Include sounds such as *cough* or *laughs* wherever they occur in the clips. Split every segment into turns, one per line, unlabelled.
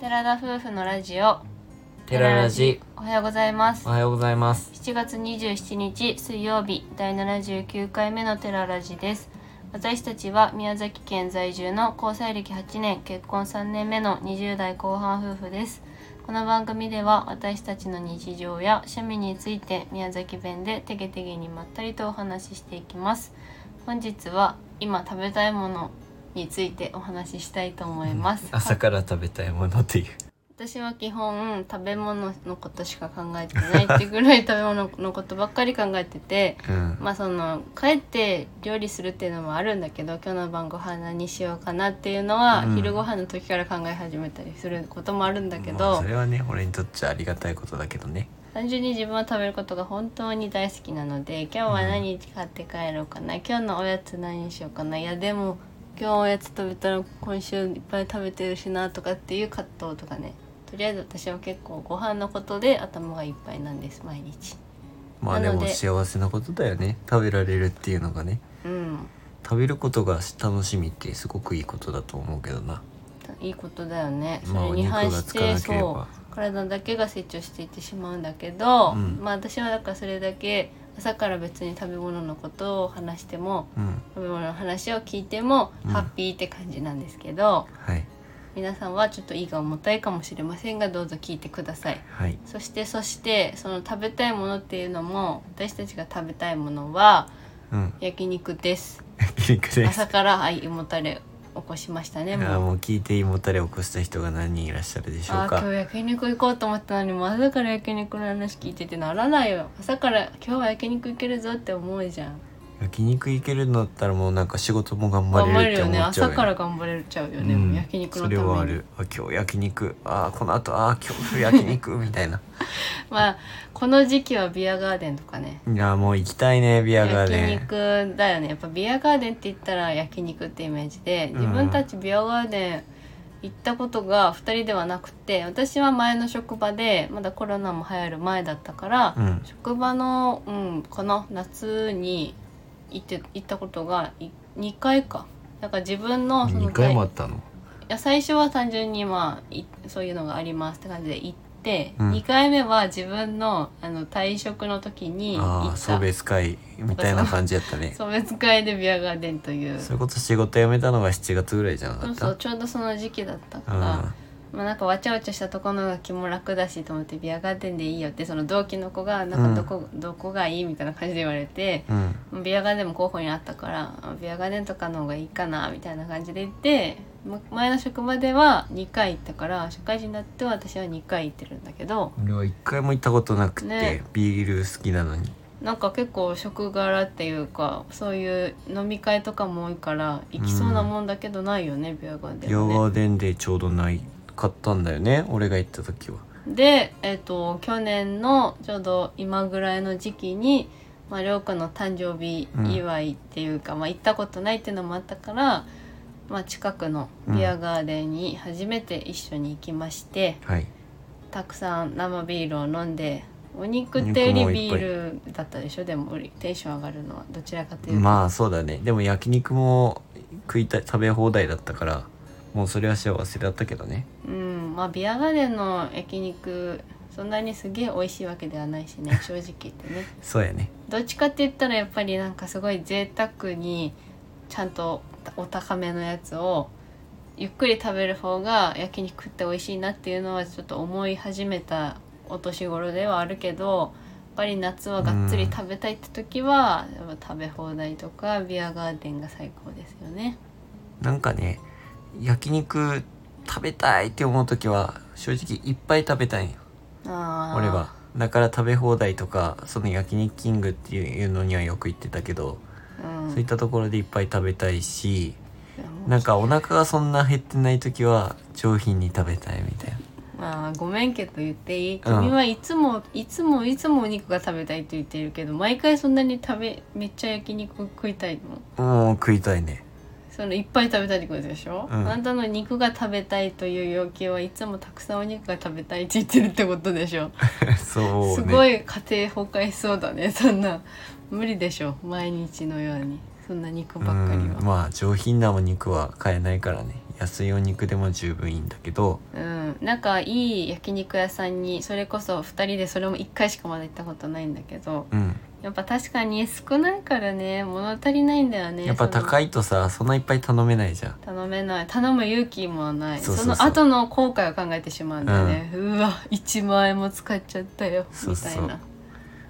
田夫婦のラジオ
テララジ
おはようございます
おはようございます
7月27日水曜日第79回目のテララジです私たちは宮崎県在住の交際歴8年結婚3年目の20代後半夫婦ですこの番組では私たちの日常や趣味について宮崎弁でてげてげにまったりとお話ししていきます本日は今食べたいものについてお話ししたいと思います
朝から食べたいものっていう
私は基本食べ物のことしか考えてないってぐらい食べ物のことばっかり考えてて
うん
まあその帰って料理するっていうのもあるんだけど今日の晩ご飯何しようかなっていうのは、
うん
昼ご飯の時から考え始めたりすることもあるんだけ
まあ
ど
それはね俺にとっちゃありがたいことだけどね
単純に自分は食べることが本当に大好きなので今日は何買って帰ろうかな、今日のおやつ何にしようかないやでも今日おやつ食べたら今週いっぱい食べてるしなとかっていう葛藤とかねとりあえず私は結構ご飯のことで頭がいっぱいなんです毎日
まあ
な
で
ので
も幸せなことだよね食べられるっていうのがね
うん
食べることが楽しみってすごくいいことだと思うけどない
いことだよねそ
まあ
れ
お
に
肉
反
が
し
つか
て
なけれ
そう
ば
体だけが成長していってしまうんだけど、
うん
まあ私はだからそれだけ朝から別に食べ物のことを話しても
うん
食べ物の話を聞いても
うん
ハッピーって感じなんですけど、
はい
皆さんはちょっと胃が重たいかもしれませんがどうぞ聞いてください
はい
そしてそしてその食べたいものっていうのも私たちが食べたいものは
うん *laughs*
焼肉です
焼肉です
朝からはい胃もたれ起こしましたね
いや
もう
もう聞いて胃もたれを起こした人が何人いらっしゃるでしょ
あー
う
今
か
日焼肉行こうと思ったのにもう朝から焼肉の話聞いててならないよ朝から今日は焼肉行けるぞって思うじゃん
焼肉行けるんだったらもうなんか仕事も頑張れるって
よ
思っ
ね
ちゃうよ
朝
ね
から頑張れちゃうよね、
うん
もう焼肉のた
そ
め
れ
に
はあるあ今日焼肉あこの後あ今日焼肉
*laughs*
みたいな
まあこの時期はビアガーデンとかね
いやもう行きたいねビアガーデ
焼
ン
肉だよねやっぱビアガーデンって言ったら焼肉ってイメージで自分たちビアガーデン行ったことが2人ではなくて私は前の職場でまだコロナも流行る前だったから、
うん
職場の、うん、この夏に行って行ったことが2回か。だから自分のその
2回もあったの
いや最初は単純にまあいそういうのがありますって感じで行って、
うん
2回目は自分のあの退職の時に行
あ
っ
あ
た
送別会みたいな感じやったね
送別会でビアガーデンという
それこそ仕事辞めたのが7月ぐらいじゃなか
そう
った
そうちょうどその時期だったから、まあ、なんかわちゃわちゃしたところのが気も楽だしと思ってビアガーデンでいいよってその同期の子がなんかどこ、どこがいいみたいな感じで言われて
うん、うん、
ビアガーデンも候補にあったからあビアガーデンとかの方がいいかなみたいな感じで言ってま前の職場では2回行ったから社会人になっては私は2回行ってるんだけど
俺は1回も行ったことなくて、
ね
ビール好きなのに
なんか結構食柄っていうかそういう飲み会とかも多いから行きそうなもんだけどないよね、ビアガーデ
ビ
ン
ア
はね。
ガーデンでちょうどない買ったんだよね俺が行った時は
で、えっと去年のちょうど今ぐらいの時期に、まあ、りょうくんの誕生日祝いっていうか、まあ、行ったことないっていうのもあったから、まあ、近くのビアガーデンに初めて一緒に行きまして、
はい
たくさん生ビールを飲んでお肉ってよりビールだったでしょでもテンション上がるのはどちらかというと、
まあそうだねでも焼肉も食いたい食べ放題だったからもうそれは幸せだったけどね
うんまあ、ビアガーデンの焼肉そんなにすげえ美味しいわけではないしね正直言ってね。
そうやね
どっちかって言ったらやっぱりなんかすごい贅沢にちゃんとお高めのやつをゆっくり食べる方が焼肉って美味しいなっていうのはちょっと思い始めたお年頃ではあるけどやっぱり夏はがっつり食べたいって時は、やっぱ食べ放題とかビアガーデンが最高ですよね。
なんかね焼肉食べたいって思う時は正直いっぱい食べたいんよ
あー
俺はだから食べ放題とかその焼肉キングっていうのにはよく行ってたけど、
うん
そういったところでいっぱい食べたいし
いやもう
なんかお腹がそんな減ってない時は上品に食べたいみたいな
まあごめんけど言っていい
うん
君はいつも、いつもいつもお肉が食べたいと言っているけど毎回そんなに食べめっちゃ焼肉食いたいの
もう食いたい
*laughs*
ね
そのいっぱい食べたいってことでしょ、
うん
あんたの肉が食べたいという要求はいつもたくさんお肉が食べたいって言ってるってことでしょ、
そうね
すごい家庭崩壊しそうだねそんな無理でしょ毎日のようにそんな肉ばっかりは、
うんまあ上品なお肉は買えないからね安いお肉でも十分いいんだけど
うん、なんかいい焼肉屋さんにそれこそ2人でそれも1回しかまだ行ったことないんだけど
うん
やっぱ確かに少ないからね物足りないんだよね
やっぱ高
い
いとさそんないっぱい頼めないじゃん
頼めない頼む勇気もない
そ
そう
そうそう
の後の後悔を考えてしまうんだよね、うわ1万円も使っちゃったよ
そうそう
みたいな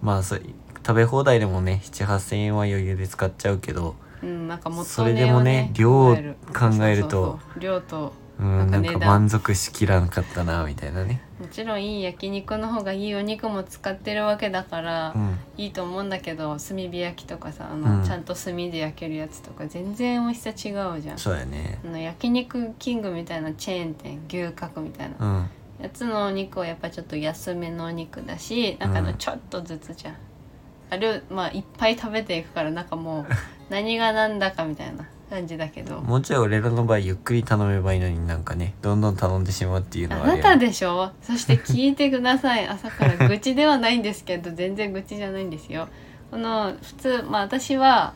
まあそ食べ放題でもね7 8 0 0円は余裕で使っちゃうけど
うんなんか元
それでもね量を考える
そうそう
と
そう量と
うん
な
なんん
か値段
か満足しきらなかったなみたいなね
もちろんいい焼肉の方がいいお肉も使ってるわけだから、
うん
いいと思うんだけど炭火焼きとかさあの、
うん
ちゃんと炭で焼けるやつとか全然美味しさ違うじゃん
そうだよね
あの焼肉キングみたいなチェーン店牛角みたいな
うん
やつのお肉はやっぱちょっと安めのお肉だしなんかあ
う
の
ん
ちょっとずつじゃん、あれをまあいっぱい食べていくからなんかもう何が何だかみたいな感じだけど
もうちょい俺らの場合ゆっくり頼めばいいのになんかねどんどん頼んでしまうっていう
あ
のは
な
るよ
た
ね
でしょそして聞いてください *laughs* 朝から愚痴ではないんですけど全然愚痴じゃないんですよこの普通まあ私は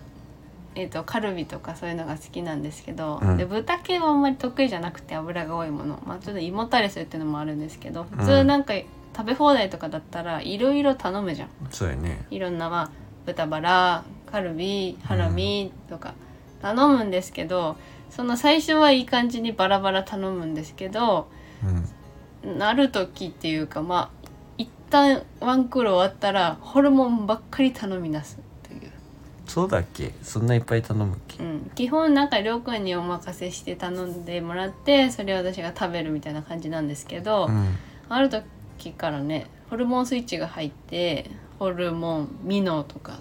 えー、とカルビとかそういうのが好きなんですけど、
うん
で豚系はあんまり得意じゃなくて脂が多いもの、まあ、ちょっと胃もたれするっていうのもあるんですけど普
う
通
ん
なんか食べ放題とかだったらいろいろ頼むじゃん
そうだよね
いろんなまあ豚バラカルビハラミとか頼むんですけど、その最初はいい感じにバラバラ頼むんですけど
うん
なる時っていうかまあ一旦ワンクール終わったらホルモンばっかり頼み出すという、
そうだっけそんないっぱい頼むっけ
うん、基本なんかりょうくんにお任せして頼んでもらってそれを私が食べるみたいな感じなんですけど、
うん
ある時からねホルモンスイッチが入ってホルモンミノとか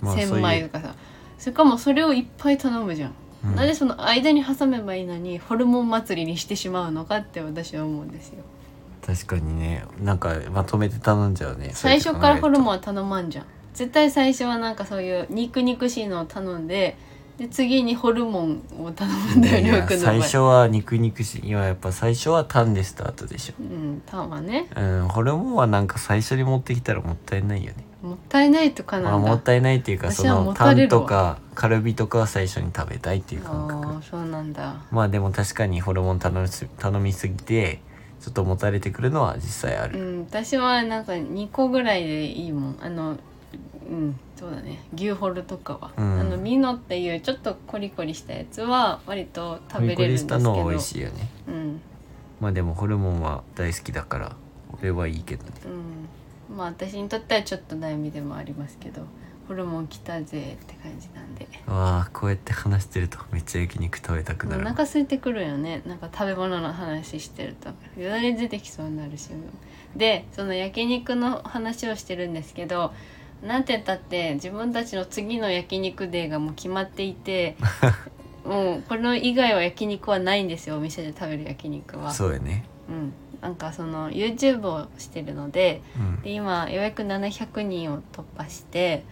まあ
千
そうい
枚
う
とかさそれかもそれをいっぱい頼むじゃん、
うん
なぜその間に挟めばいいのにホルモン祭りにしてしまうのかって私は思うんですよ
確かにねなんかまとめて頼んじゃうね
最初からホル
ン
モンは頼まんじゃん絶対最初はなんかそういう肉肉しいのを頼んでで次にホルモンを頼むんだ *laughs* よりょうくんの場合
最初は肉肉しい今やっぱ最初はタンでスタートでしょ
うんタンはね
うんホルモンはなんか最初に持ってきたらもったいないよね
もったいないとか
ま
な
あ
んだ、
もったいないっていうかそ
私は
の
も
タ
たれ
ン
るわ
とかカルビとかは最初に食べたいっていう感
あ
覚
あそうなんだ
まあでも確かにホルモン頼みす頼みすぎてちょっともたれてくるのは実際あ
う
る、
ん私はなんか2個ぐらいでいいもんあのうんそうだね牛ホルとかは、
うん
あのミノっていうちょっとコリコリしたやつは割と食
食
べ
べ
れる
れ
んで
るん
すけ
した
ど
のは美味しいよね
うん
まあでもホルモンは大好きだから俺はいいけどね
うん、まあ私にとってはちょっと悩みでもありますけどホルモン来たぜって感じなんで
わあこうやって話してるとめっちゃ焼肉食べたく
お
なる
腹空いてくるよねなんか食べ物の話してるとよだれ出てきそうになるしでその焼肉の話をしてるんですけどなんて言ったって自分たちの次の焼肉デーがもう決まってい
*laughs*
てもうこれ以外は焼肉はないんですよお店で食べる焼肉は。
そうよね
うん、なんかその YouTube をしてるので
うん
で今ようやく700人を突破して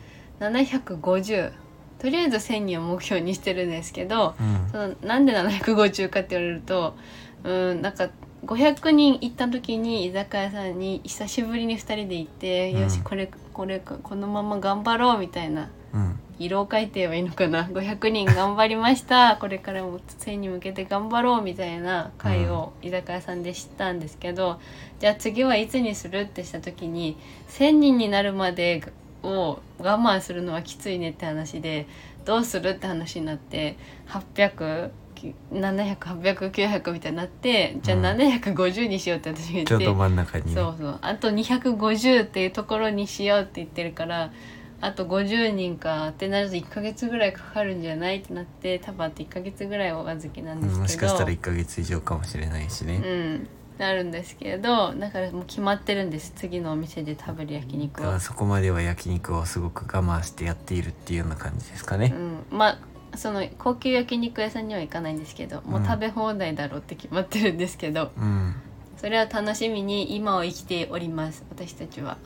750とりあえず1,000人を目標にしてるんですけど
うん
そのなんで750かって言われるとうんなんか500人行った時に居酒屋さんに久しぶりに2人で行って、
うん
よしこれこれこのまま頑張ろうみたいな
うん
色を書いてはいいのかな500人頑張りましたこれからも1000に向けて頑張ろうみたいな会を居酒屋さんで知ったんですけど、じゃあ次はいつにするってした時に1000人になるまでを我慢するのはきついねって話でどうするって話になって800。700800,900みたいになってじゃあ
うん
750にしようって私が言って、
ちょうど真ん中にね
そうそうあと250っていうところにしようって言ってるからあと50人かってなると1ヶ月ぐらいかかるんじゃないってなって多分あと1ヶ月ぐらいお預けなん
う
ですけ
ん
ど、
もしかしたら1ヶ月以上かもしれないし
う
ね、
んなるんですけどだからもう決まってるんです次のお店で食べる焼肉
だから
は、
そこまでは焼肉をすごく我慢してやっているっていうような感じですか
う
ね、
ん、まあその高級焼肉屋さんには行かないんですけどもう食べ放題だろうって決まってるんですけど、
うん、
それは楽しみに今を生きております私たちは。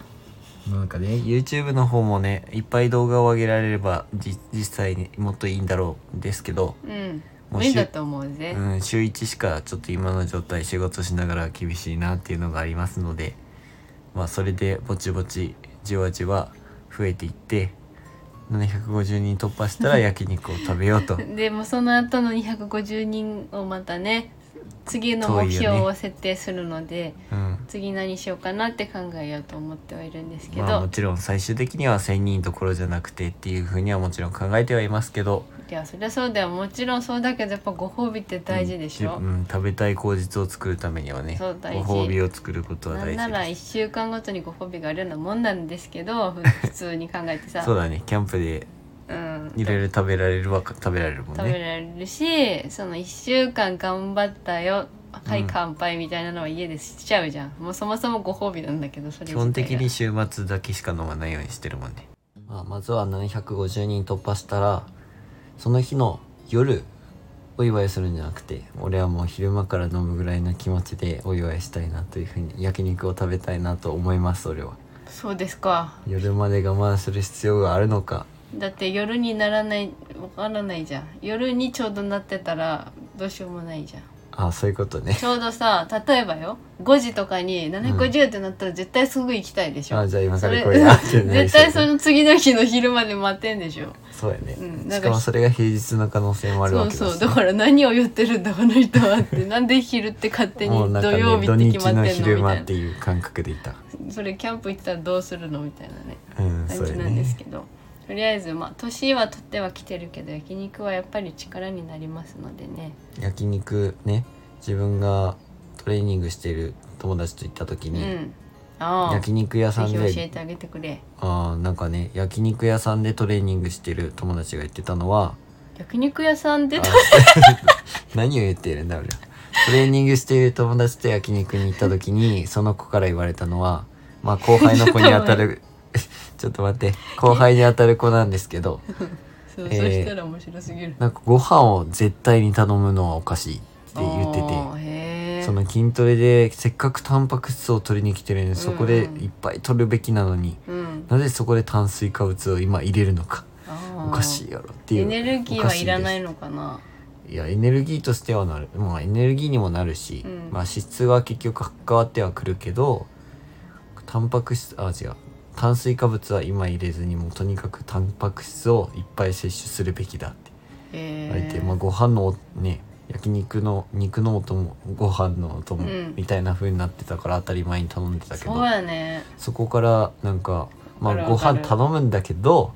なんかね YouTube の方もねいっぱい動画を上げられればじ実際にもっといいんだろうですけど、
うん、無
もう
理
し
だと思うぜ。
うん、週1しかちょっと今の状態仕事しながら厳しいなっていうのがありますのでまあそれでぼちぼちじわじわ増えていって750人突
*laughs*
破したら焼肉を食べようと
でもその後の250人をまたね次の目標を設定するので、
うん
次何しようかなって考えようと思ってはいるんですけど、
まあもちろん最終的には1,000人どころじゃなくてっていうふうにはもちろん考えてはいますけど
いやそりゃそうだよもちろんそうだけどやっぱご褒美って大事でしょ
うん、うん食べたい口実を作るためにはね
そう大事
ご褒美を作ることは
な
大
ん
事
なら
で
1週間ごとにご褒美があるようなもんなんですけどふ普通に考えてさ
*laughs* すそうだねキャンプで
うん、
いろいろ食べられるわ食べられるもん
食べ
ね
られるしその1週間頑張ったよは
う
い
ん
乾杯みたいなのは家でしちゃうじゃん、もうそもそもご褒美なんだけどそれ
基
自体が
本的に週末だけしか飲まないようにしてるもんね、まあ、まずは750人突破したらその日の夜お祝いするんじゃなくて俺はもう昼間から飲むぐらいの気持ちでお祝いしたいなというふうに焼肉を食べたいなと思います俺は
そうですか
夜まで我慢する必要があるのか
だって夜にならないわからないじゃん夜にちょうどなってたらどうしようもないじゃん
あそういうことね
ちょうどさ例えばよ5時とかに750ってなったら絶対すぐ行きたいでしょ、
あじゃあ今か
そ
ら
れ
これだってな
絶
りそう
対その次の日の昼まで待ってんでしょ
そうやね、
うんな
し
んか
かもそれが平日の可能性もある
そ
わけ
う
だし、
そうだから何を言ってるんだこの人は
*laughs*
ってなんで昼って勝手に
もうなん
土
かね
曜日って決まってん
土日
の
の
み
昼
た
間
い
っていう感覚でいた
なそれキャンプ行ったらどうするのみたいなね
うんそ
感
う
じ
や
なんです
ね
けど、とりあえずまあ年は取ってはきてるけど焼肉はやっぱり力になりますのでね
焼肉ね自分がトレーニングしている友達と行った時
う
に、
んああ
焼肉屋さん
ぜひ教え
で
てあげてくれ
あーなんかね焼肉屋さんでトレーニングしている友達が言ってたのは
焼肉屋さんで
あ何を言っているんだ俺はトレーニングしている友達と焼肉に行った時にその子から言われたのはまあ後輩の子に当たる *laughs* ちょっと待って後輩に当たる子なんですけど
*laughs* そう、
え
そ
ー
したら面白すぎる
なんかご飯を絶対に頼むのはおかしいって言ってて
ああへえ
その筋トレでせっかくタンパク質を取りに来てるのにそこで
うんうん
いっぱい取るべきなのに、
うん
なぜそこで炭水化物を今入れるのか
あー
おかしいやろっていう
エネルギーはいらない
の
のかない
やエネルギーとしてはなるまあエネルギーにもなるし、
うん
まあ脂質は結局関わってはくるけどタンパク質あ違う炭水化物は今入れずにもうとにかくタンパク質をいっぱい摂取するべきだって
え
相手、
ー
まあ、ご飯のね焼肉の肉のお供ご飯のお供、
うん
みたいな風になってたから当たり前に頼んでたけど
そうやね
そこからなんか、ま
わか
あ、
る
ご
わか
飯
る
頼むんだけど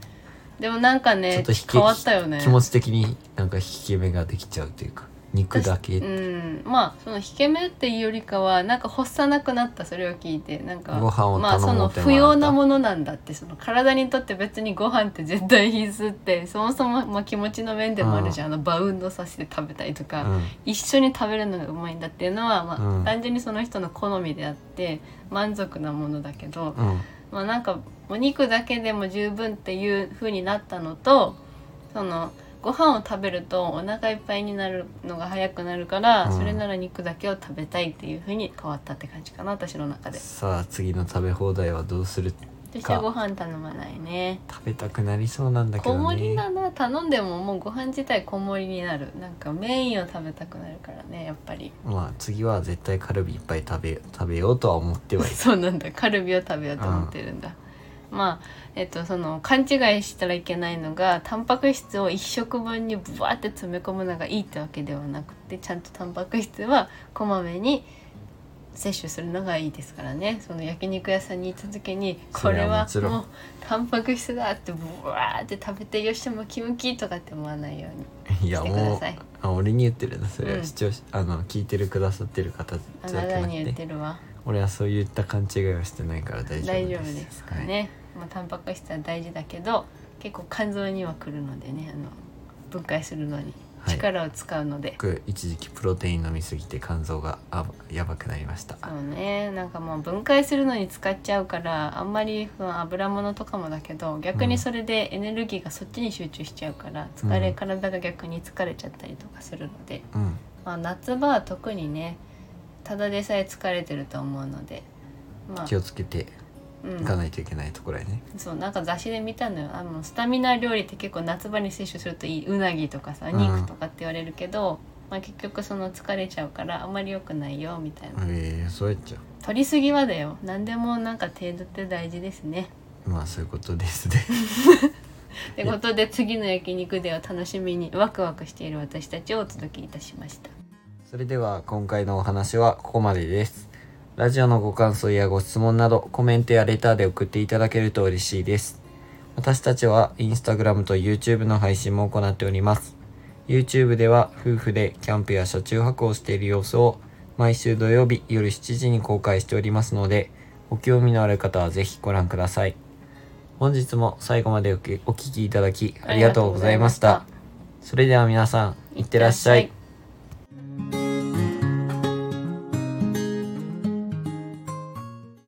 でもなんかね
ちょっと
変わったよね
気持ち的になんか引け目ができちゃうというか肉だけ、
うんまあその引け目っていうよりかはなんか欲さなくなったそれを聞いてなんか
ご飯を
まあ
頼
そ
も
の
うって
不要なものなんだってその体にとって別にご飯って絶対必須ってそもそも、まあ、気持ちの面でもあるじゃん、あのバウンドさせて食べたりとか、
うん
一緒に食べるのがうまいんだっていうのは、まあ
うん
単純にその人の好みであって満足なものだけど、
うん
まあ、なんかお肉だけでも十分っていう風になったのとそのご飯を食べるとお腹いっぱいになるのが早くなるから、
うん
それなら肉だけを食べたいっていう風に変わったって感じかな私の中で。
さあ次の食べ放題はどうする
そしてご飯頼まないね。
食べたくなりそうなんだけ
小
ど
盛り
ね
だな頼んでももうご飯自体小盛りになるなんかメインを食べたくなるからねやっぱり
まあ次は絶対カルビいっぱい食べ食べようとは思ってはいる
そうなんだカルビを食べようと思ってるんだ、まあえっとその勘違いしたらいけないのがタンパク質を一食分にブワーって詰め込むのがいいってわけではなくてちゃんとタンパク質はこまめに摂取するのがいいですからねその焼肉屋さんに行った時にこ
それ
れ
は
は
もちろん
もうタンパク質だってブワーって食べてよしムキムキとかって思わないように
*laughs* いや
してくだ
もう
さい
あ俺に言ってるなそれ
う
は
ん
視聴者、あの聞いてるくださってる方じ
あ
ゃ
な
な
た
く
に言
て
ってるわ
俺はそういった勘違いはしてないから大丈夫です
大丈夫ですかね、まあ、タンパク質は大事だけど結構肝臓にはくるのでねあの分解するのに
はい
力を使うので、
はい僕一時期プロテイン飲みすぎて肝臓があやばくなりました
そうねなんかもう分解するのに使っちゃうからあんまりその油物とかもだけど逆
う
に
ん
それでエネルギーがそっちに集中しちゃうから疲れ、
うん
体が逆に疲れちゃったりとかするので、
うん
まあ、夏場は特にねただでさえ疲れてると思うのでまあ
気をつけて
う
い
ん
かないといけないところやね、
そうなんか雑誌で見たのよあのスタミナ料理って結構夏場に摂取するといいうなぎとかさ
うん
肉とかって言われるけど、まあ、結局その疲れちゃうからあんまり良くないよみたいな
えー、そうやっちゃ
取りすぎはだよ何でもなんか程度って大事ですね
うまあそういうことですね
ということで次の焼肉では楽しみにワクワクしている私たちをお届けいたしました
それでは今回のお話はここまでです。ラジオのご感想やご質問などコメントやレターで送っていただけると嬉しいです。私たちはインスタグラムと YouTube の配信も行っております。YouTube では夫婦でキャンプや車中泊をしている様子を毎週土曜日夜7時に公開しておりますので、ご興味のある方はぜひご覧ください。本日も最後までお聞きお聞きいただきありがとうございました。それでは皆さん、いってらっしゃい。